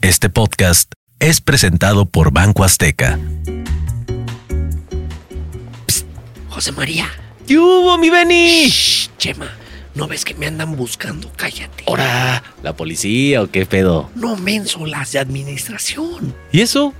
Este podcast es presentado por Banco Azteca. José María. ¿Qué hubo, mi Benny? Shh, Chema. ¿No ves que me andan buscando? Cállate. Ahora, ¿la policía o qué pedo? No menso las de administración. ¿Y eso?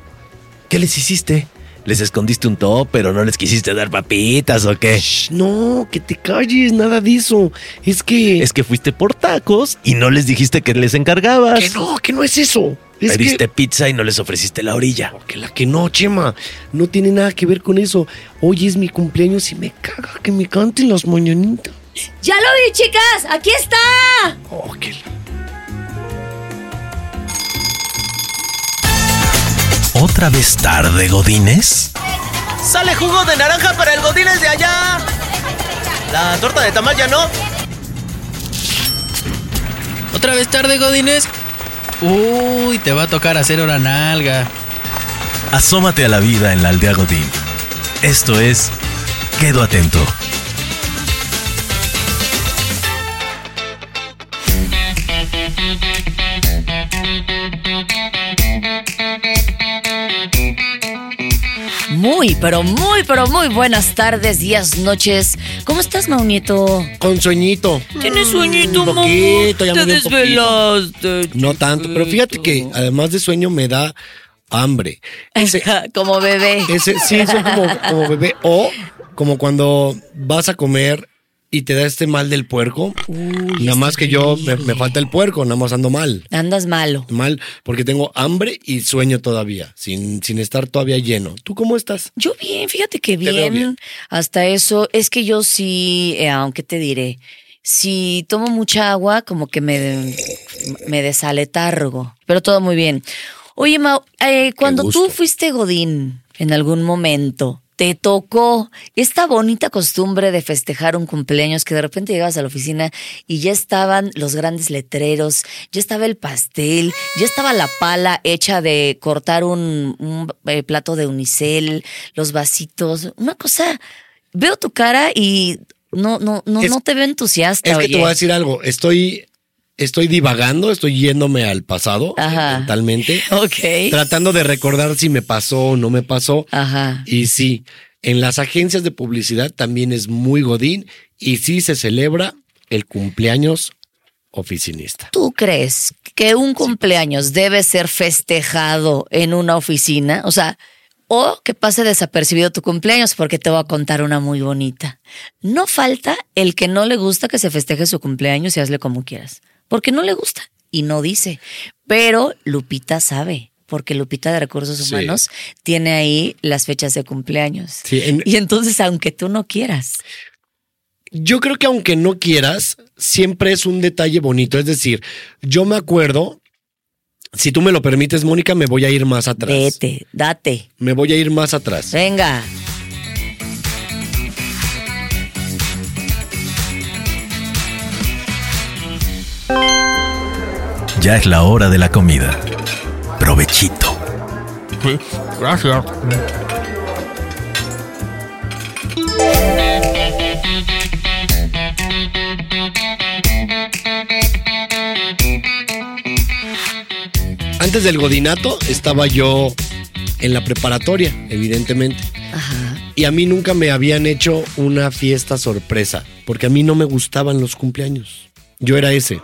¿Qué les hiciste? ¿Les escondiste un top, pero no les quisiste dar papitas o qué? Shh, no, que te calles, nada de eso. Es que. Es que fuiste por tacos y no les dijiste que les encargabas. Que no, que no es eso. Es Pediste pizza y no les ofreciste la orilla. que... que la que no, Chema. No tiene nada que ver con eso. Hoy es mi cumpleaños y me caga que me canten las mañanitas. ¡Ya lo vi, chicas! ¡Aquí está! Oh, que la- ¿Otra vez tarde, Godines? ¡Sale jugo de naranja para el Godínez de allá! La torta de tamal ya no. ¿Otra vez tarde, Godines? Uy, te va a tocar hacer hora nalga. Asómate a la vida en la aldea Godín. Esto es Quedo Atento. Muy, pero muy, pero muy buenas tardes, días, noches. ¿Cómo estás, Maunieto? Con sueñito. ¿Tienes sueñito, Un poquito, ya me dio un poquito. desvelaste. No tanto, pero fíjate que además de sueño me da hambre. Ese- Como bebé. Ese, sí, soy como, como bebé. O como cuando vas a comer y te da este mal del puerco. nada más que yo me, me falta el puerco, nada más ando mal. Andas malo. Mal, porque tengo hambre y sueño todavía, sin, sin estar todavía lleno. ¿Tú cómo estás? Yo bien, fíjate que Te veo bien. bien. Hasta eso, es que yo sí, eh, aunque te diré, si tomo mucha agua, como que me, me desaletargo, pero todo muy bien. Oye, Mau, eh, cuando tú gusto. fuiste Godín en algún momento, te tocó esta bonita costumbre de festejar un cumpleaños que de repente llegabas a la oficina y ya estaban los grandes letreros, ya estaba el pastel, ya estaba la pala hecha de cortar un, un, eh, plato de unicel, los vasitos, una cosa. Veo tu cara y no, no, no, Es- no te veo entusiasta. Es que te oye. voy a decir algo. Estoy, estoy divagando, estoy yéndome al pasado Ajá. mentalmente. Ok. Tratando de recordar si me pasó o no me pasó. Ajá. Y sí, en las agencias de publicidad también es muy godín y sí se celebra el cumpleaños oficinista. ¿Tú crees que un cumpleaños debe ser festejado en una oficina? O sea, o que pase desapercibido tu cumpleaños porque te voy a contar una muy bonita. No falta el que no le gusta que se festeje su cumpleaños y hazle como quieras, porque no le gusta y no dice. Pero Lupita sabe, porque Lupita de Recursos Sí. Humanos tiene ahí las fechas de cumpleaños. Sí, en- Y entonces, aunque tú no quieras, yo creo que aunque no quieras, siempre es un detalle bonito. Es decir, yo me acuerdo, si tú me lo permites, Mónica, me voy a ir más atrás. vete, date, Me voy a ir más atrás. venga. Ya es la hora de la comida. Provechito. Antes del godinato estaba yo en la preparatoria, evidentemente. Ajá. Y a mí nunca me habían hecho una fiesta sorpresa, porque a mí no me gustaban los cumpleaños. Yo era ese.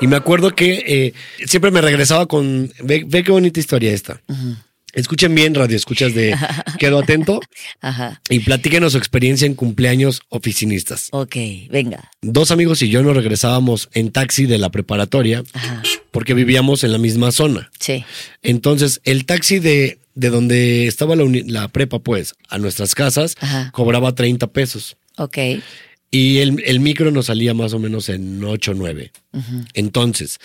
Y me acuerdo que eh, siempre me regresaba con. Ve, ve qué bonita historia esta. Escuchen bien, radio, escuchas de Quedo Atento Ajá. y platíquenos su experiencia en cumpleaños oficinistas. Ok, venga. Dos amigos y yo nos regresábamos en taxi de la preparatoria Ajá. porque vivíamos en la misma zona. Sí. Entonces, el taxi de, de donde estaba la, uni- la prepa, pues, a nuestras casas, Ajá. cobraba 30 pesos. Ok. Y el, el micro nos salía más o menos en 8 o 9. Entonces,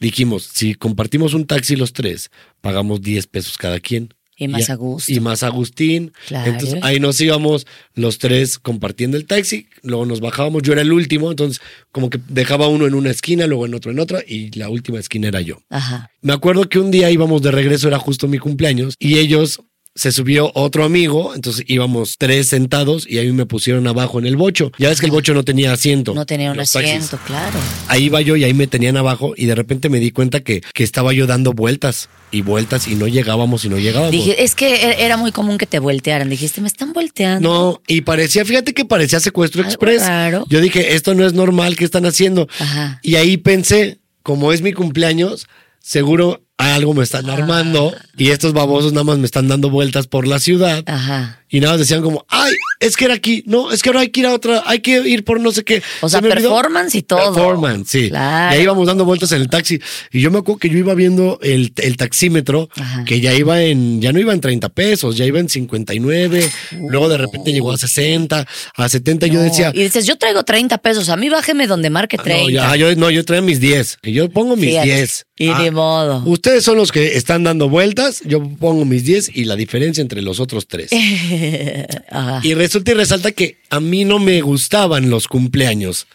dijimos, si compartimos un taxi los tres, pagamos 10 pesos cada quien. Y más a gusto. Y más Agustín. Claro. Entonces ahí nos íbamos los tres compartiendo el taxi, luego nos bajábamos, yo era el último, entonces como que dejaba uno en una esquina, luego en otro en otra, y la última esquina era yo. Ajá. Me acuerdo que un día íbamos de regreso, era justo mi cumpleaños, y ellos se subió otro amigo, entonces íbamos tres sentados y ahí me pusieron abajo en el bocho. Ya ves que el bocho no tenía asiento. No tenía un Los taxis. asiento, claro. Ahí iba yo y ahí me tenían abajo y de repente me di cuenta que, que estaba yo dando vueltas y vueltas y no llegábamos y no llegábamos. Dije, es que er- era muy común que te voltearan. Dijiste, me están volteando. No, y parecía, fíjate que parecía secuestro Algo express. raro. Yo dije, esto no es normal, ¿qué están haciendo? Ajá. Y ahí pensé, como es mi cumpleaños, seguro algo me están Ah. armando y estos babosos nada más me están dando vueltas por la ciudad. Ajá. Y nada más decían como, ay, es que era aquí, no, es que ahora hay que ir a otra, hay que ir por no sé qué. O Se sea, me olvidó. performance y todo. Performance, sí. Claro. Y ahí íbamos dando vueltas en el taxi. Y yo me acuerdo que yo iba viendo el, el taxímetro, Ajá. que ya iba en, ya no iba en 30 pesos, ya iba en 59, luego de repente llegó a 60, a 70, y yo No. decía... Ah, Y dices, yo traigo 30 pesos, a mí bájeme donde marque No, 30. ya, yo, no, yo traía mis 10. Y yo pongo mis Fíjate. 10. Y Ah, ni modo. Ustedes son los que están dando vueltas, yo pongo mis 10 y la diferencia entre los otros tres. Ajá. Y resulta y resalta que a mí no me gustaban los cumpleaños,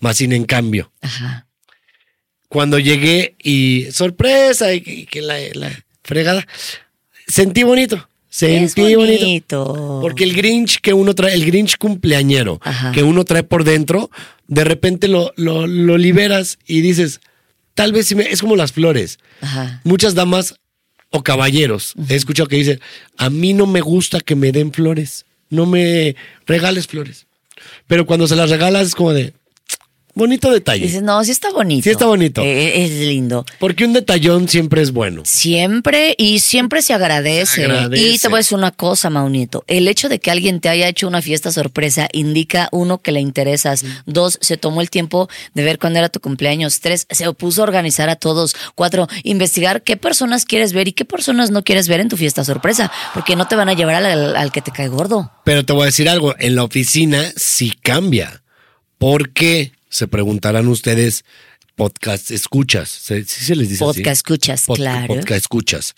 más sin en cambio. Ajá. Cuando llegué y sorpresa, y, que- que la, la fregada, sentí bonito, Es sentí bonito. bonito. Porque el Grinch que uno trae, el Grinch cumpleañero Ajá. que uno trae por dentro, de repente lo, lo, lo liberas y dices, tal vez si me, es como las flores. Ajá. Muchas damas o caballeros, he escuchado que dicen, a mí no me gusta que me den flores, no me regales flores. Pero cuando se las regalas es como de, bonito detalle. Dices, no, sí está bonito. Sí está bonito. Eh, es lindo. porque un detallón siempre es bueno. Siempre y siempre se agradece. Se agradece. Y te voy a decir una cosa, Maunito. El hecho de que alguien te haya hecho una fiesta sorpresa indica, uno, que le interesas. Dos, se tomó el tiempo de ver cuándo era tu cumpleaños. Tres, se opuso a organizar a todos. Cuatro, investigar qué personas quieres ver y qué personas no quieres ver en tu fiesta sorpresa. Porque no te van a llevar al, al- al que te cae gordo. Pero te voy a decir algo, en la oficina sí cambia. ¿Por qué? Se preguntarán ustedes, podcast escuchas. ¿Se- ¿Sí se les dice así? Podcast escuchas, Pod- claro. Podcast escuchas.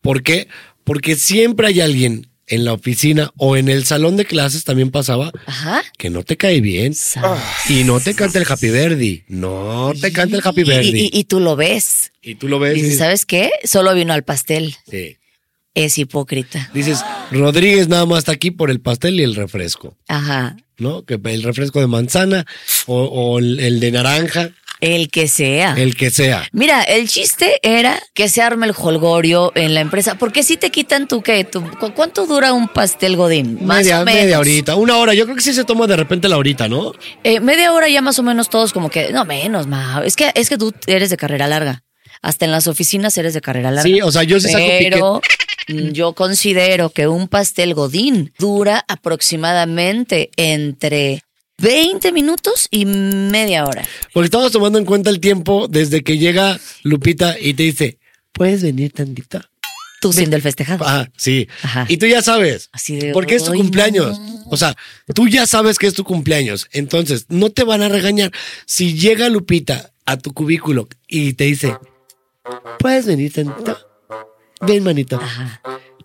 ¿Por qué? Porque siempre hay alguien en la oficina o en el salón de clases también pasaba Ajá. que no te cae bien Sabes. y no te canta el Happy Verdi. No te Ah, canta el Happy Y- Verdi. Y, y- y tú lo ves. Y tú lo ves y Dices, dices, ¿sabes qué? Solo vino al pastel. sí. Es hipócrita. Dices, Rodríguez nada más está aquí por el pastel y el refresco. Ajá. ¿no? Que el refresco de manzana o, o el, el de naranja, El que sea. el que sea. Mira, el chiste era que se arme el holgorio en la empresa, porque si te quitan tu qué, tu- cu- ¿cuánto dura un pastel godín? Más media, o menos. media horita, una hora. Yo creo que sí se toma de repente la horita, ¿no? Eh, media hora ya más o menos todos como que, no menos, ma. Es que, es que tú eres de carrera larga. Hasta en las oficinas eres de carrera larga. Sí, o sea, yo sí saco Pero mm, yo considero que un pastel godín dura aproximadamente entre 20 minutos y media hora. Porque estamos tomando en cuenta el tiempo desde que llega Lupita y te dice, ¿puedes venir tantita? Tú siendo el festejado. Ah, sí. Ajá. Y tú ya sabes. Así de, porque es tu "Ay, cumpleaños. no". O sea, tú ya sabes que es tu cumpleaños. Entonces, no te van a regañar. Si llega Lupita a tu cubículo y te dice, ¿puedes venir tantito? Ven, manito.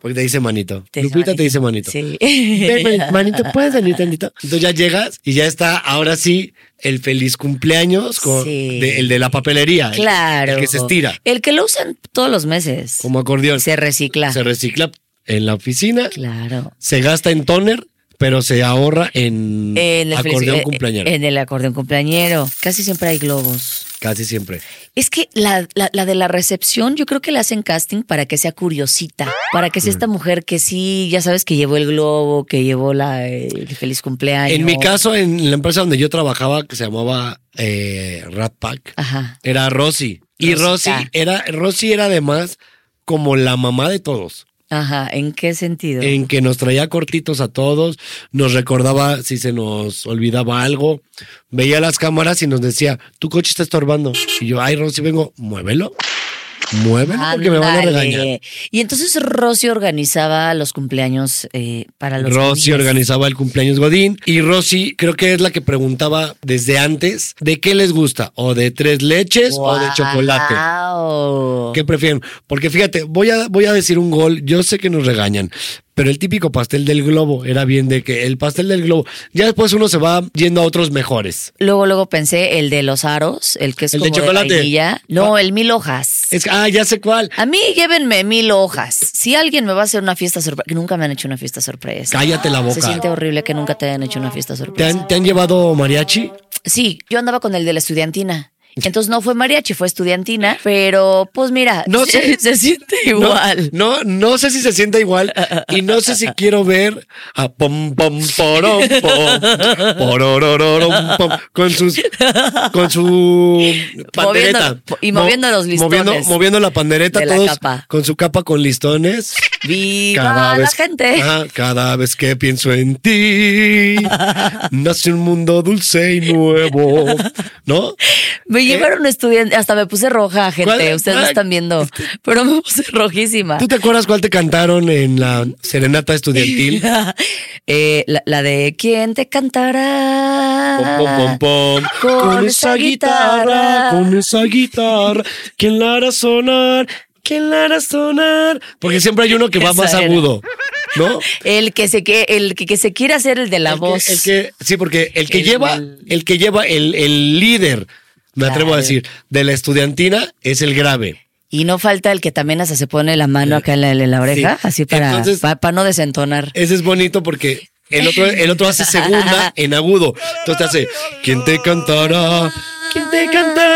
Porque te dice manito. Ah. Te dice Lupita te manito. dice manito. Sí. Ven, mani- manito, ¿puedes venir tantito? Entonces ya llegas y ya está, ahora sí, el feliz cumpleaños, con, Sí. de- el de la papelería. el- Claro. El que se estira, El que lo usan todos los meses. como acordeón. Se recicla. Se recicla en la oficina, claro. se gasta en toner, pero se ahorra en En el Mm, acordeón felici- cumpleañero. En el acordeón cumpleañero. Casi siempre hay globos. Casi siempre. Es que la, la- la de la recepción, yo creo que le hacen casting para que sea curiosita, para Mm. que sea esta mujer que sí, ya sabes, que llevó el globo, que llevó la, eh, el feliz cumpleaños. En mi caso, en la empresa donde yo trabajaba, que se llamaba eh, Rat Pack, Ajá. era Rosy. Y Rosy Ah. Rosita. era, Rosy era además como la mamá de todos. Ajá. ¿En qué sentido? en que nos traía cortitos a todos, nos recordaba si se nos olvidaba algo, veía las cámaras y nos decía, tu coche está estorbando. Y yo, ay, Rosy, vengo, muévelo, muévelo porque me van a Ándale. regañar. Y entonces Rosy organizaba los cumpleaños eh, para los Rosy niños. organizaba el cumpleaños Godín y Rosy creo que es la que preguntaba desde antes de qué les gusta, o de tres leches o de chocolate. Guau. ¿Qué prefieren? Porque fíjate, voy a, voy a decir un gol, yo sé que nos regañan, pero el típico pastel del globo era bien de que el pastel del globo, ya después uno se va yendo a otros mejores. Luego, luego pensé el de los aros, el que es El de como chocolate. Ah. vainilla. No, el mil hojas. Es, que, ah, ya sé cuál. A mí llévenme mil hojas. si alguien me va a hacer una fiesta sorpresa, que nunca me han hecho una fiesta sorpresa. Cállate la Se siente boca. horrible que nunca te hayan hecho una fiesta ¿Te sorpresa. han, te han llevado mariachi? Sí, yo andaba con el de la estudiantina. Entonces no fue mariachi, fue estudiantina, pero pues mira, No sé. se, siente No, igual. No, no, sé si se siente igual y no sé si quiero ver a pom pom porom, pom, pororororom, pom, con sus con su pandereta y moviendo los listones. moviendo, moviendo la pandereta De la todos capa. con su capa con listones. Viva la gente. Ajá, cada vez que pienso en ti nace un mundo dulce y nuevo, ¿no? Me llevaron estudiantes, hasta me puse roja, gente. ¿Cuál- Ustedes no cuál- están viendo, pero me puse rojísima. ¿Tú te acuerdas cuál te cantaron en la serenata estudiantil? Eh, la, la de ¿Quién te cantará? Pom, pom, pom, pom. Con esa guitarra. con esa guitarra, ¿quién la hará sonar? ¿Quién la hará sonar? Porque siempre hay uno que va Esa más era. agudo, ¿no? El que se que el que, que se quiere hacer el de la El que- voz. el que- sí, porque el que El lleva, mal. el que lleva, el, el líder, me atrevo a Claro. decir, de la estudiantina es el grave. Y no falta el que también hasta se pone la mano acá en la, en la oreja, Sí. así para, Entonces- Eh, para no desentonar. Ese es bonito porque el otro, el otro hace segunda en agudo. Entonces te hace, ¿quién te cantará? ¿Quién te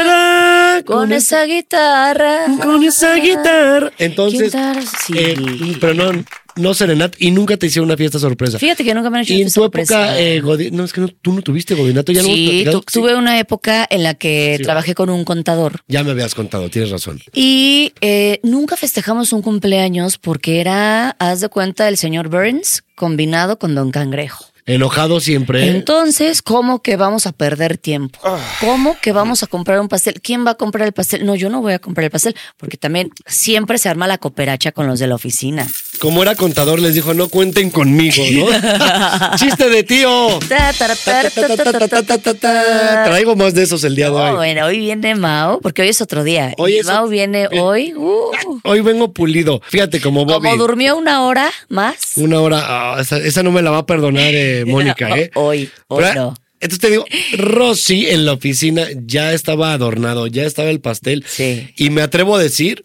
cantará? Con esa guitarra. con esa guitarra. Entonces, Guitarra, sí. eh, pero no, no serenat y nunca te hicieron una fiesta sorpresa. Fíjate que nunca me han hecho y en tu esta sorpresa. época, eh, Godi- no, es que no- tú no tuviste Godinato, ya lo hemos sí, platicado. tu- tuve una época en la que Sí. trabajé con un contador Ya me habías contado, tienes razón. y eh, nunca festejamos un cumpleaños porque era, haz de cuenta, el señor Burns combinado con Don Cangrejo. Enojado siempre. ¿eh? Entonces, ¿cómo que vamos a perder tiempo? Ah. ¿Cómo que vamos a comprar un pastel? ¿Quién va a comprar el pastel? No, yo no voy a comprar el pastel, porque también siempre se arma la cooperacha con los de la oficina. Como era contador, les dijo, no cuenten conmigo, ¿no? ¡Chiste de tío! Ta, tara, Ta, tara, ta, ta, ta, ta, ta, ta, ta, ta, ta. eh. Traigo más de esos el día de No, hoy. bueno, hoy viene Mao, porque hoy es otro día. Hoy Y es Mao otro- viene hoy. uh, Hoy vengo pulido. Fíjate, como Bobby. como durmió una hora más. Una hora. ah, esa, esa no me la va a perdonar, eh, Mónica, ¿eh? Hoy, hoy ¿Verdad? no. Entonces te digo, Rosy en la oficina ya estaba adornado, ya estaba el pastel. Sí. Y me atrevo a decir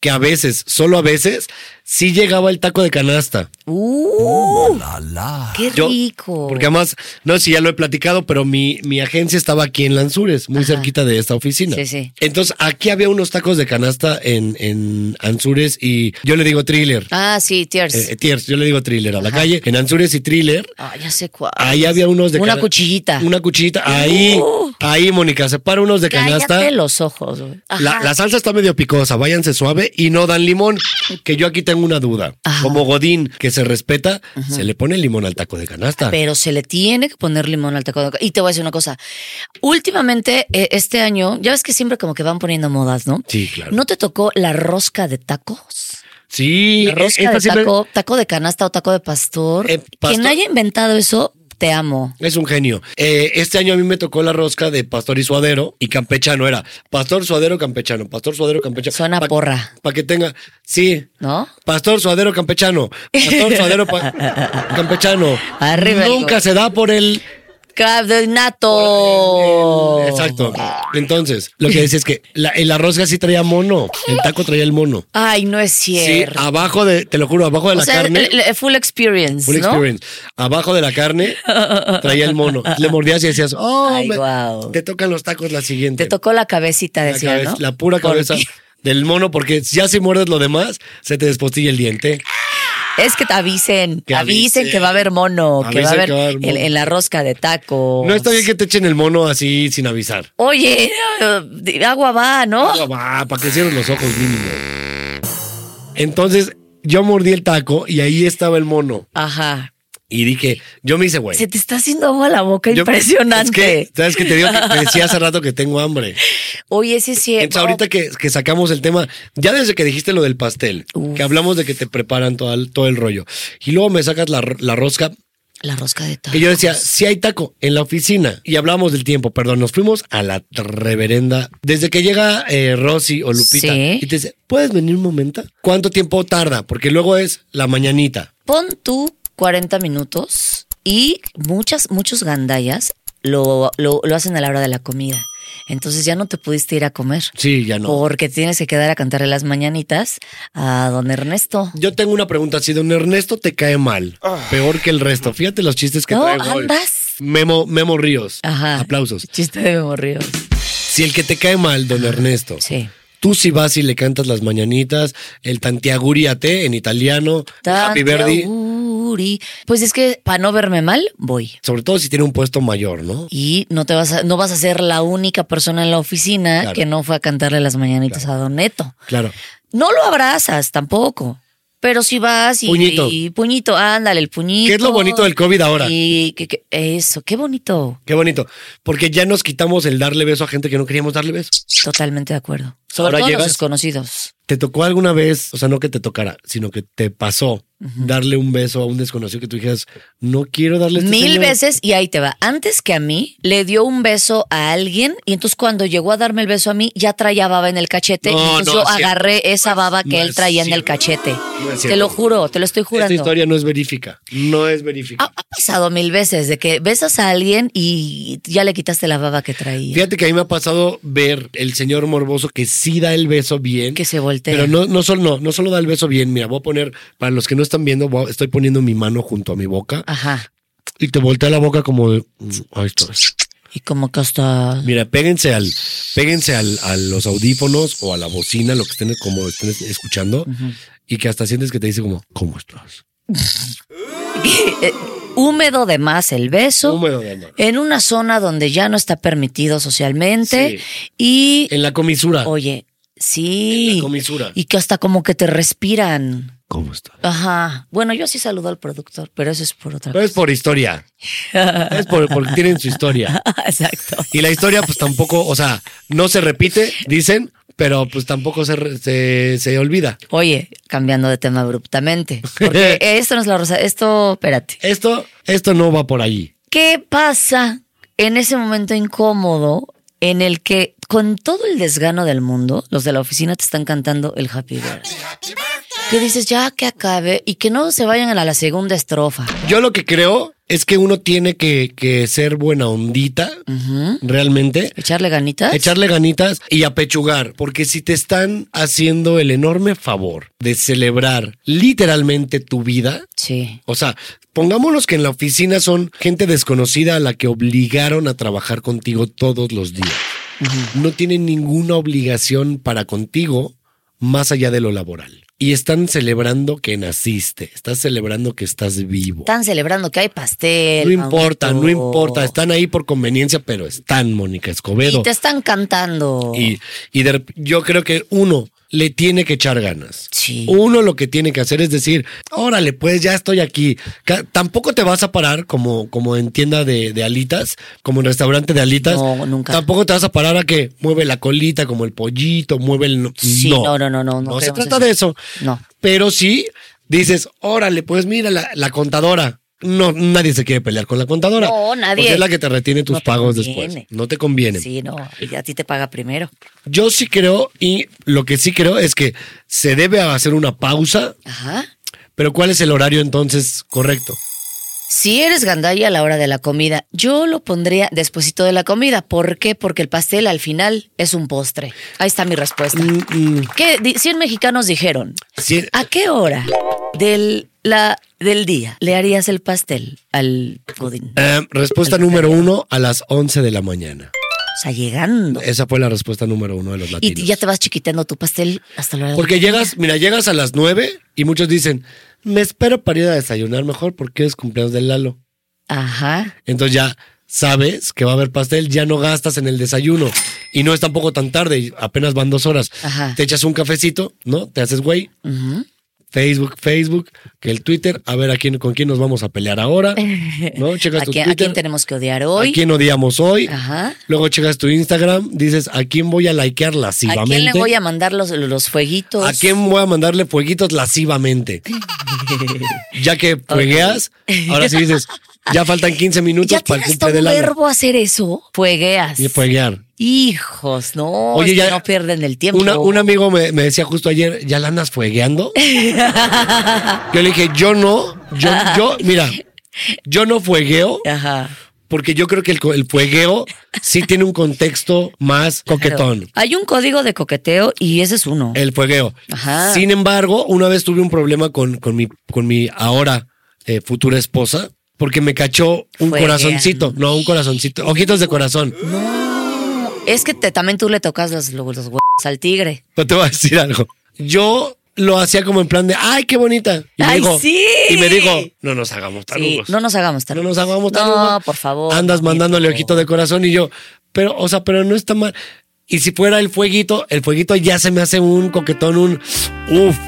que a veces, solo a veces, sí llegaba el taco de canasta. Uh, ¡Qué Yo- rico! Porque además, no sé si ya lo he platicado, pero mi, mi agencia estaba aquí en Lanzures, muy cerquita de esta oficina. Sí, sí. Entonces, aquí había unos tacos de canasta en, en Anzures y yo le digo thriller. Ah, sí, Tears. Eh, eh, Tiers, yo le digo thriller a la calle. En Anzures y thriller. ah, ya sé cuál. Ahí había unos de Una cana- cuchillita. Uh. Una cuchillita. Ahí, ahí, Mónica, separa unos de canasta. Cállate los ojos, güey. La, Ajá. la salsa está medio picosa, váyanse suave y no dan limón. Que yo aquí tengo una duda. Ajá. Como Godín, que se respeta, se le pone limón al taco de canasta. Pero se le tiene que poner limón al taco de- Y te voy a decir una cosa. Últimamente, eh, este año, ya ves que siempre como que van poniendo modas, ¿no? Sí, claro. ¿No te tocó la rosca de tacos? sí, e- La rosca esta de siempre- taco, taco de canasta o taco de pastor. Eh, pastor. Quien haya inventado eso, te amo. Es un genio. Eh, este año a mí me tocó la rosca de pastor y suadero y campechano. Era pastor, suadero, campechano. Pastor, suadero, campechano. Suena porra. Para que tenga. Sí. ¿No? Pastor, suadero, campechano. Pastor, suadero, pa- campechano. Arriba el Nunca gol. se da por el. Cabdenato. Exacto. Entonces, lo que decía es que la, en la rosca sí traía mono. El taco traía el mono. Ay, no es Sí, cierto. abajo de, te lo juro, abajo de o la sea, carne. el- el full experience, Full ¿no? experience. Abajo de la carne traía el mono. Le mordías y decías, oh, Ay, me- guau. te tocan los tacos la siguiente. Te tocó la cabecita, la, decía, cabeza- ¿no? la pura Porque- cabeza del mono, porque ya si muerdes lo demás, se te despostilla el diente. Es que te avisen, Que avisen, avisen. que va a haber mono, que Avisen va a haber que va a haber mono. en, en la rosca de taco. No está bien que te echen el mono así sin avisar. Oye, eh, de- agua va, ¿no? Va, para que cierren los ojos mínimo. Entonces, yo mordí el taco y ahí estaba el mono. Ajá. Y dije, yo me hice güey. Se te está haciendo agua la boca, Yo- impresionante. Es que, ¿Sabes que Te digo que te decía hace rato que tengo hambre. Oye, sí es cierto. Entonces, ahorita que, que sacamos el tema, ya desde que dijiste lo del pastel, que hablamos de que te preparan todo el, todo el rollo, y luego me sacas la, r- la rosca, La rosca de taco. que yo decía, si hay taco en la oficina, y hablamos del tiempo, perdón, nos fuimos a la reverenda. Desde que llega eh, Rosy o Lupita, Sí. y te dice, ¿puedes venir un momento? ¿Cuánto tiempo tarda? Porque luego es la mañanita. Pon tú 40 minutos y muchas, muchos gandallas lo, lo, lo hacen a la hora de la comida. Entonces ya no te pudiste ir a comer. Sí, ya no. Porque tienes que quedar a cantarle las mañanitas a don Ernesto. Yo tengo una pregunta. Si don Ernesto te cae mal, peor que el resto. Fíjate los chistes que No, traigo hoy. andas. Memo, Memo Ríos. Ajá. Aplausos. Chiste de Memo Ríos. Si el que te cae mal, don Ernesto. Sí. Tú si vas y le cantas las mañanitas, el tantiaguriate en italiano, Happy Tante Verdi, Uri. Pues es que para no verme mal, voy. sobre todo si tiene un puesto mayor, ¿no? Y no te vas a, no vas a ser la única persona en la oficina Claro. que no fue a cantarle las mañanitas a Don Neto. Claro. No lo abrazas tampoco. Pero si vas y Puñito. y puñito, ándale, el puñito. ¿Qué es lo bonito del COVID ahora? Y que- que- eso, qué bonito. Qué bonito. Porque ya nos quitamos el darle beso a gente que no queríamos darle beso. Totalmente de acuerdo. Sobre Ahora todo llegas- los desconocidos. ¿Te tocó alguna vez, o sea, no que te tocara, sino que te pasó darle un beso a un desconocido que tú dijeras, no quiero darle este Mil señor"? veces y ahí te va. Antes que a mí, le dio un beso a alguien y entonces cuando llegó a darme el beso a mí, ya traía baba en el cachete. No, y entonces no, yo es cierto. agarré esa baba que No él es traía en el cierto. cachete. No es te cierto. lo juro, Ah. te lo estoy Esta jurando. historia no es verífica. No es verífica. Ha, ha pasado mil veces de que besas a alguien y ya le quitaste la baba que traía. Fíjate que a mí me ha pasado ver el señor morboso que sí da el beso bien. Que se voltea. Pero no, no, solo, no, no solo da el beso bien. Mira, voy a poner, para los que no están viendo, voy a- estoy poniendo mi mano junto a mi boca Ajá. y te voltea la boca como de. "Mm, Ahí estás". Y como que hasta... Mira, péguense al, péguense al, a los audífonos o a la bocina, lo que estén como estén escuchando, y que hasta sientes que te dice como, ¿cómo estás? eh, húmedo de más el beso. Húmedo de amor. En una zona donde ya no está permitido socialmente. Y... En la comisura. Oye, sí. En Ah. la comisura. Y que hasta como que te respiran. ¿Cómo estás? Ajá. Bueno, yo sí saludo al productor, pero eso es por otra Pero cosa. es por historia. Es por, porque tienen su historia. Exacto. Y la historia, pues tampoco, o sea, no se repite, dicen, pero pues tampoco se, re- se, se olvida. Oye, cambiando de tema abruptamente. Porque esto no es la rosa. Esto, espérate. Esto, esto no va por allí. ¿Qué pasa en ese momento incómodo en el que con todo el desgano del mundo, los de la oficina te están cantando el Happy Birthday? Que dices ya que acabe y que no se vayan a la segunda estrofa. Yo lo que creo es que uno tiene que, que ser buena ondita, realmente. Echarle ganitas. Echarle ganitas y apechugar, porque si te están haciendo el enorme favor de celebrar literalmente tu vida, Sí. o sea, pongámonos que en la oficina son gente desconocida a la que obligaron a trabajar contigo todos los días. No tienen ninguna obligación para contigo más allá de lo laboral. Y están celebrando que naciste, estás celebrando que estás vivo. Están celebrando que hay pastel. No importa, Maurito. no importa, están ahí por conveniencia, pero están, Mónica Escobedo. Y te están cantando. Y, y de rep- yo creo que uno le tiene que echar ganas. Sí. Uno lo que tiene que hacer es decir, órale, pues ya estoy aquí. Ca- Tampoco te vas a parar como, como en tienda de, de alitas, como en restaurante de alitas. No, nunca. Tampoco te vas a parar a que mueve la colita como el pollito, mueve el... no- Sí, no, no, no, no, no se queremos trata eso. de eso. No. Pero sí dices, órale, pues mira la, la contadora. No, nadie se quiere pelear con la contadora. No, nadie. Porque es la que te retiene tus No te pagos después. conviene. No te conviene. Sí, no. Y a ti te paga primero. Yo sí creo, y lo que sí creo es que se debe hacer una pausa, Ajá. pero ¿cuál es el horario entonces correcto? Si eres gandalla a la hora de la comida, yo lo pondría despuesito de la comida. ¿Por qué? Porque el pastel al final es un postre. Ahí está mi respuesta. Mm, mm, ¿Qué? Di- 100 mexicanos dijeron, sí, ¿a qué hora del, la, del día le harías el pastel al godín? eh, respuesta número uno a las 11 de la mañana. O sea, llegando. Esa fue la respuesta número uno de los Y Eh, latinos. ya te vas chiquiteando tu pastel hasta la hora de la Porque llegas, mira, llegas a las 9 y muchos dicen, me espero para ir a desayunar mejor porque es cumpleaños del Lalo. Ajá. Entonces ya sabes que va a haber pastel, ya no gastas en el desayuno y no es tampoco tan tarde, y apenas van dos horas. Ajá. Te echas un cafecito, ¿no? Te haces güey. Facebook, Facebook, que el Twitter, a ver a quién, con quién nos vamos a pelear ahora, ¿no? Checas ¿A tu quién, a Twitter, quién tenemos que odiar ¿a hoy? quién odiamos hoy, Ajá. luego checas tu Instagram, dices a quién voy a likear lascivamente, ¿A quién le voy a mandar los, los fueguitos? ¿A quién voy a mandarle fueguitos lascivamente, ya que fuegueas, ahora sí dices, ya faltan 15 minutos Ya para el tienes todo cumple un del año, verbo hacer eso. Fuegueas. y fueguear. Hijos, no. Oye, es que ya- no pierden el tiempo. Una- un amigo me, me decía justo ayer, ¿ya la andas fuegueando? yo le dije, yo no, yo, yo, mira, yo no fuegueo Ajá. Porque yo creo que el, co- el fuegueo sí tiene un contexto más coquetón. Eh. Claro. Hay un código de coqueteo y ese es uno. El fuegueo. Ajá. Sin embargo, una vez tuve un problema con, con, mi, con mi ahora eh, futura esposa porque me cachó un Fuegueando. corazoncito. No, un corazoncito. Ojitos de corazón. Es que te- también tú le tocas los, los, los huevos al tigre. Pero te voy a decir algo. Yo lo hacía como en plan de, ¡ay, qué bonita! Y me ¡Ay, dijo, sí! Y me dijo, no nos hagamos Sí, tarugos. no nos hagamos tan No nos hagamos tan No, uva. por favor. Andas mamito. mandándole ojito de corazón y yo, pero, o sea, pero no está mal. Y si fuera el fueguito, el fueguito ya se me hace un coquetón, un uff,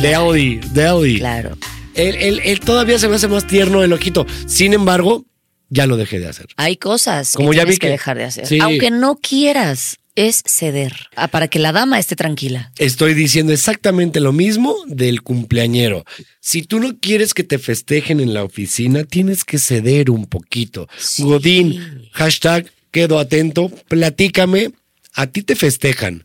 de Audi, de Audi. Claro. Él, él- él todavía se me hace más tierno el ojito. Sin embargo, ya lo dejé de hacer. Hay cosas Como que ya tienes vi que, que- dejar de hacer. Sí. Aunque no quieras, es ceder. Ah, para que la dama esté tranquila. Estoy diciendo exactamente lo mismo del cumpleañero. Si tú no quieres que te festejen en la oficina, tienes que ceder un poquito. Sí. Godín, hashtag, quedo atento, platícame. ¿A ti te festejan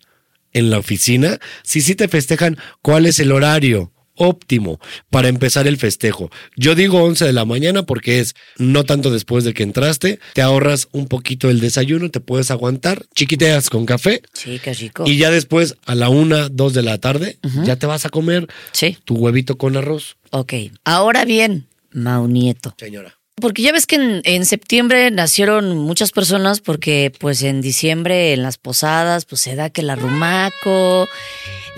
en la oficina? Si sí te festejan, ¿cuál es el horario? óptimo para empezar el festejo. Yo digo 11 de la mañana porque es no tanto después de que entraste, te ahorras un poquito el desayuno, te puedes aguantar, chiquiteas con café, Sí, qué rico. y ya después, a la una, dos de la tarde, ya te vas a comer Sí, tu huevito con arroz. ok. Ahora bien, Mau Nieto. Señora. Porque ya ves que en, en septiembre nacieron muchas personas porque pues en diciembre en las posadas pues se da que el arrumaco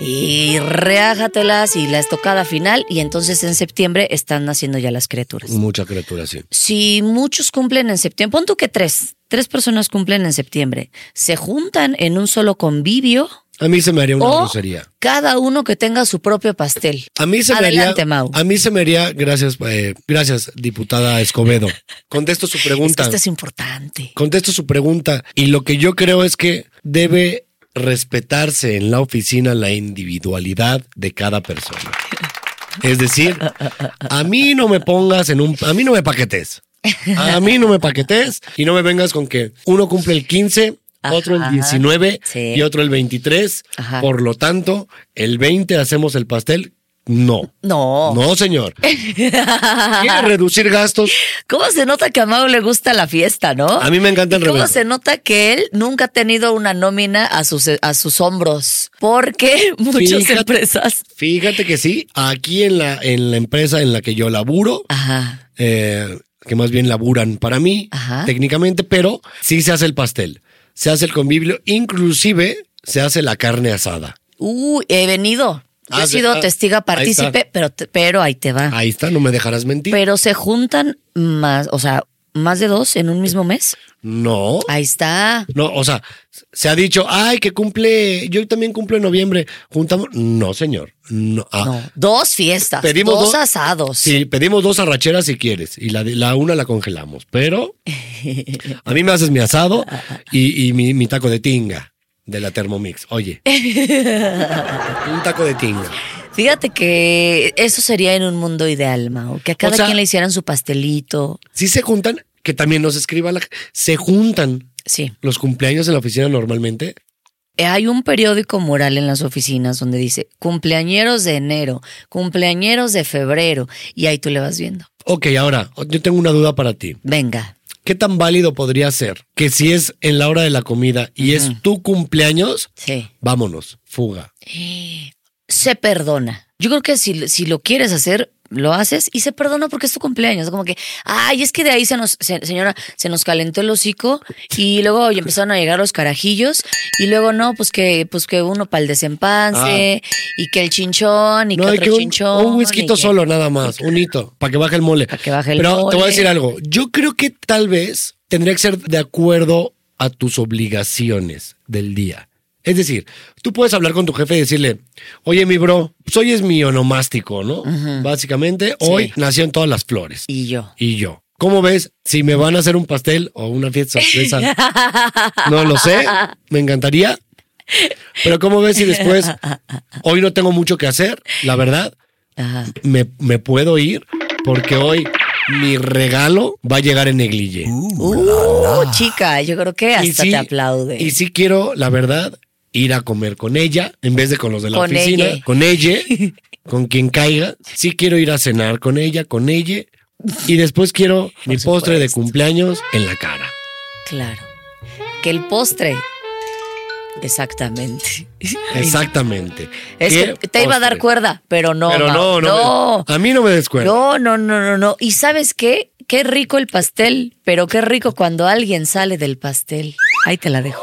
y reájatelas y la estocada final y entonces en septiembre están naciendo ya las criaturas. Mucha criatura, sí. Si muchos cumplen en septiembre, pon tú que tres, tres personas cumplen en septiembre, se juntan en un solo convivio A mí se me haría una o grosería. cada uno que tenga su propio pastel. A mí se Adelante, me haría. Mau. A mí se me haría. Gracias, eh, gracias, diputada Escobedo. Contesto su Es que pregunta. esto es importante. Contesto su pregunta. Y lo que yo creo es que debe respetarse en la oficina la individualidad de cada persona. Es decir, a mí no me pongas en un... A mí no me paquetes. A mí no me paquetes y no me vengas con que uno cumple el 15, otro el Ajá, 19 sí. y otro el 23. Ajá. Por lo tanto, el 20 hacemos el pastel. No. No. No, señor. ¿Quiere reducir gastos? ¿Cómo se nota que a Mau le gusta la fiesta, no? A mí me encanta el ¿Cómo revés. se nota que él nunca ha tenido una nómina a sus, a sus hombros? Porque muchas Fíjate. empresas. Fíjate que sí, aquí en la, en la empresa en la que yo laburo, Ajá. eh, que más bien laburan para mí, Ajá. técnicamente, pero sí se hace el pastel, se hace el convivio, inclusive se hace la carne asada. Uh, he venido. Yo Ah, he sí, sido ah, testiga ahí partícipe, está. pero, te- pero ahí te va. Ahí está, no me dejarás mentir. Ah. Pero se juntan más, o sea, más de dos en un mismo mes. no. Ahí está. No, o sea, se ha dicho, ay, que cumple, yo también cumplo en noviembre, juntamos. No, señor. No. ah, No, dos fiestas, Pedimos dos do- asados. Sí, pedimos dos arracheras si quieres y la, de- la una la congelamos, pero a mí me haces mi asado y, y mi, mi taco de tinga de la Thermomix. Oye, un taco de tinga. Fíjate que eso sería en un mundo ideal, Mao. Que a cada sea- quien le hicieran su pastelito. Si se juntan, que también nos escriba la... Se juntan Sí. los cumpleaños en la oficina normalmente. Eh, Hay un periódico mural en las oficinas donde dice cumpleañeros de enero, cumpleañeros de febrero, y ahí tú le vas viendo. Ok, ahora, yo tengo una duda para ti. Venga, ¿Qué tan válido podría ser que si es en la hora de la comida y es tu cumpleaños, sí. vámonos, fuga? Eh, Se perdona. Yo creo que si, si lo quieres hacer, lo haces y se perdona porque es tu cumpleaños. Como que, ay, es que de ahí se nos, se- señora, se nos calentó el hocico y luego oye, empezaron a llegar los carajillos y luego no, pues que, pues que uno para el desempance y que el chinchón y Ah. No, que hay otro que un, chinchón. un whisky y que- solo nada más, un hito, para que baje el mole. que baje el Pero te voy mole. a decir algo, yo creo que tal vez tendría que ser de acuerdo a tus obligaciones del día. Es decir, tú puedes hablar con tu jefe y decirle, oye, mi bro, pues hoy es mi onomástico, ¿no? Básicamente, hoy nacieron todas las flores. Y yo. y yo. ¿Cómo ves si me van a hacer un pastel o una fiesta sorpresa? No lo sé, me encantaría. Pero ¿cómo ves si después, hoy no tengo mucho que hacer, la verdad, Ajá. me, me puedo ir porque hoy mi regalo va a llegar en neglige. Uh, chica, yo creo que hasta te aplaude. Y sí quiero, la verdad, ir a comer con ella en vez de con los de la Con oficina. ella. Con ella, con quien caiga. Sí quiero ir a cenar con ella, con ella. Y después quiero mi supuesto. postre de cumpleaños en la cara. Claro. Que el postre. Exactamente. Exactamente. Es ¿Qué que te iba a dar postre? cuerda, pero no. Pero no, Mau, no. no. me- a mí no me descuerda. No, no, no, no, no. ¿Y sabes qué? Qué rico el pastel, pero qué rico cuando alguien sale del pastel. Ahí te la dejo.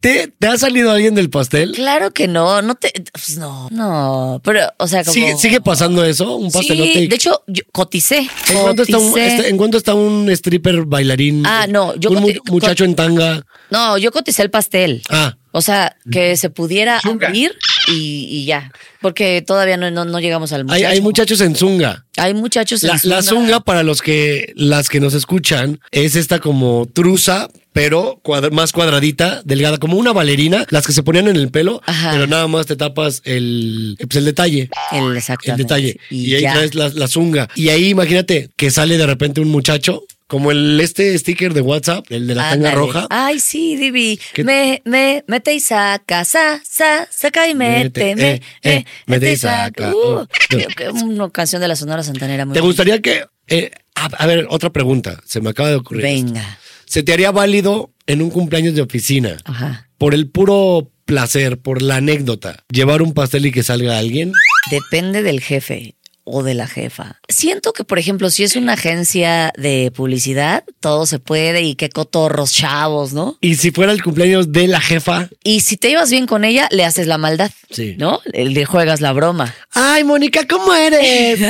¿Te, te ha salido alguien del pastel? Claro que no, no te. pues no, no. Pero, o sea, como. ¿Sigue, sigue pasando eso? ¿Un pastelote? Sí, de hecho, yo coticé. ¿En cuánto, está un, coticé. está- en cuánto está un stripper bailarín? Ah, no, yo Un mu- coti- muchacho en tanga. No, yo coticé el pastel. Ah. O sea, que se pudiera abrir y, y ya. Porque todavía no, no, no llegamos al Hay, muchacho. hay muchachos en zunga. Hay muchachos en La, la zunga, para los que, las que nos escuchan, es esta como truza, pero cuadra- más cuadradita, delgada, como una bailarina, las que se ponían en el pelo, Ajá. pero nada más te tapas el, pues el detalle. El, El exactamente. detalle. Y, Y, ahí ya. traes la, la zunga. Y ahí imagínate que sale de repente un muchacho, como el este sticker de WhatsApp, el de la tanga Ándale. Ah, roja. Ay, sí, Divi. ¿Qué? Me, me, mete y saca, sa, sa, saca y mete, Mete, me, eh, me, eh, mete y saca. Uh, Uh, creo que una canción de la Sonora Santanera. Muy ¿Te bonita. gustaría que... eh, a, a ver, otra pregunta, se me acaba de ocurrir. Venga. ¿Se te haría válido en un cumpleaños de oficina, Ajá. por el puro placer, por la anécdota, llevar un pastel y que salga alguien? Depende del jefe o de la jefa. Siento que, por ejemplo, si es una agencia de publicidad, todo se puede y qué cotorros chavos, ¿no? Y si fuera el cumpleaños de la jefa... Y si te ibas bien con ella, le haces la maldad. Sí. ¿No? Le juegas la broma. Ay, Mónica, ¿cómo eres?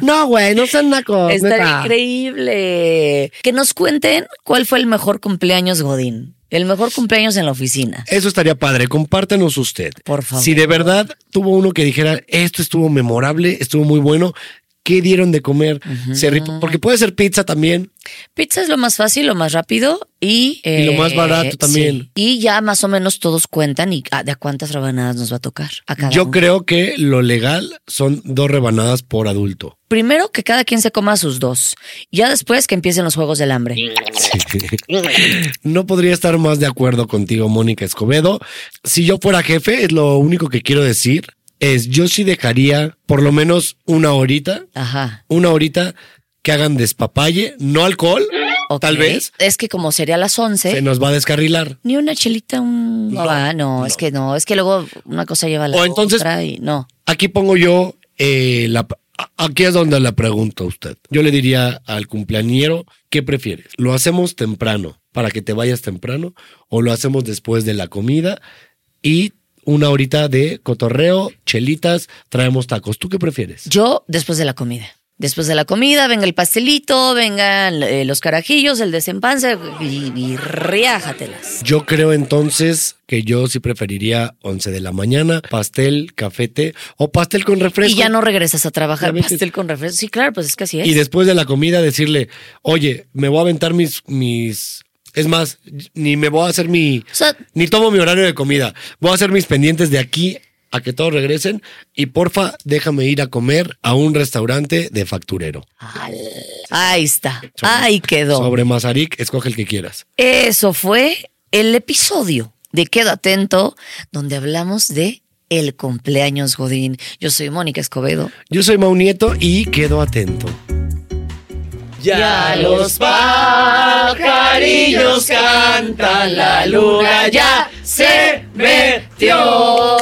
no, güey, no sean nacos. Está neta. increíble. Que nos cuenten cuál fue el mejor cumpleaños, Godín. El mejor cumpleaños en la oficina. Eso estaría padre. Compártenos usted. Por favor. Si de verdad tuvo uno que dijera, esto estuvo memorable, estuvo muy bueno, ¿qué dieron de comer? Se rip- Porque puede ser pizza también. Pizza es lo más fácil, lo más rápido y... eh, Y lo más barato también. sí. Y ya más o menos todos cuentan y ah, de a cuántas rebanadas nos va a tocar. A cada Yo uno. creo que lo legal son dos rebanadas por adulto. Primero que cada quien se coma sus dos. Ya después que empiecen los juegos del hambre. No podría estar más de acuerdo contigo, Mónica Escobedo. Si yo fuera jefe, es lo único que quiero decir, es yo sí dejaría por lo menos una horita, Ajá. una horita que hagan despapalle, no alcohol, Ok. tal vez. Es que como sería a las 11... se nos va a descarrilar. Ni una chelita, un... Ah, no, es que no, es que luego una cosa lleva a la O entonces- otra y no. Aquí pongo yo eh, la... a- Aquí es donde la pregunto a usted. Yo le diría al cumpleañero, ¿qué prefieres? ¿Lo hacemos temprano para que te vayas temprano o lo hacemos después de la comida y una horita de cotorreo, chelitas, traemos tacos? ¿Tú qué prefieres? Yo después de la comida. Después de la comida, venga el pastelito, vengan eh, los carajillos, el desempance y, y riájatelas. Yo creo entonces que yo sí preferiría 11 de la mañana, pastel, cafete o pastel con refresco. Y ya no regresas a Ya trabajar ves que- pastel con refresco. Sí, claro, pues es que así es. Y después de la comida decirle, oye, me voy a aventar mis, mis, es más, ni me voy a hacer mi, O sea- ni tomo mi horario de comida. Voy a hacer mis pendientes de aquí a que todos regresen y porfa, déjame ir a comer a un restaurante de facturero. Al- Ahí está. Ahí quedó. Sobre Mazarik, escoge el que quieras. Eso fue el episodio de Queda Atento, donde hablamos de el cumpleaños Godín. Yo soy Mónica Escobedo. Yo soy Mau Nieto y quedo atento. Ya los pajarillos cantan, la luna ya se metió.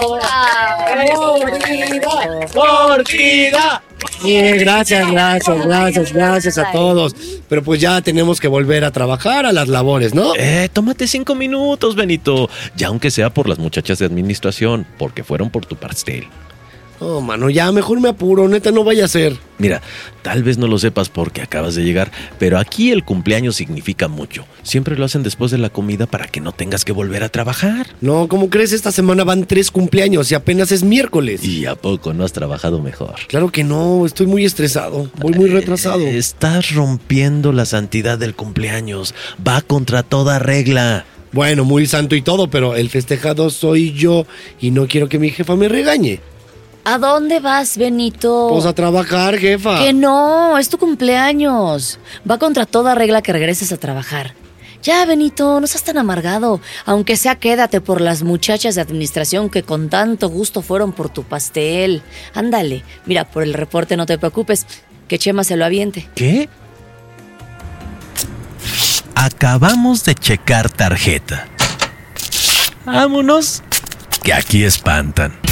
Bien, gracias, gracias, gracias, gracias a todos. Pero pues ya tenemos que volver a trabajar a las labores, ¿no? Eh, tómate cinco minutos, Benito. Ya aunque sea por las muchachas de administración, porque fueron por tu pastel. No, mano, ya mejor me apuro, neta, no vaya a ser. Mira, tal vez no lo sepas porque acabas de llegar, pero aquí el cumpleaños significa mucho. Siempre lo hacen después de la comida para que no tengas que volver a trabajar. No, ¿cómo crees? Esta semana van tres cumpleaños y apenas es miércoles. ¿Y a poco no has trabajado mejor? Claro que no, estoy muy estresado, voy muy retrasado. Eh, Estás rompiendo la santidad del cumpleaños. Va contra toda regla. Bueno, muy santo y todo, pero el festejado soy yo y no quiero que mi jefa me regañe. ¿A dónde vas, Benito? Vamos Pues a trabajar, jefa. Que no, es tu cumpleaños. Va contra toda regla que regreses a trabajar. Ya, Benito, no seas tan amargado. Aunque sea, quédate por las muchachas de administración que con tanto gusto fueron por tu pastel. Ándale, mira, por el reporte no te preocupes, que Chema se lo aviente. ¿Qué? Acabamos de checar tarjeta. Vámonos, que aquí espantan.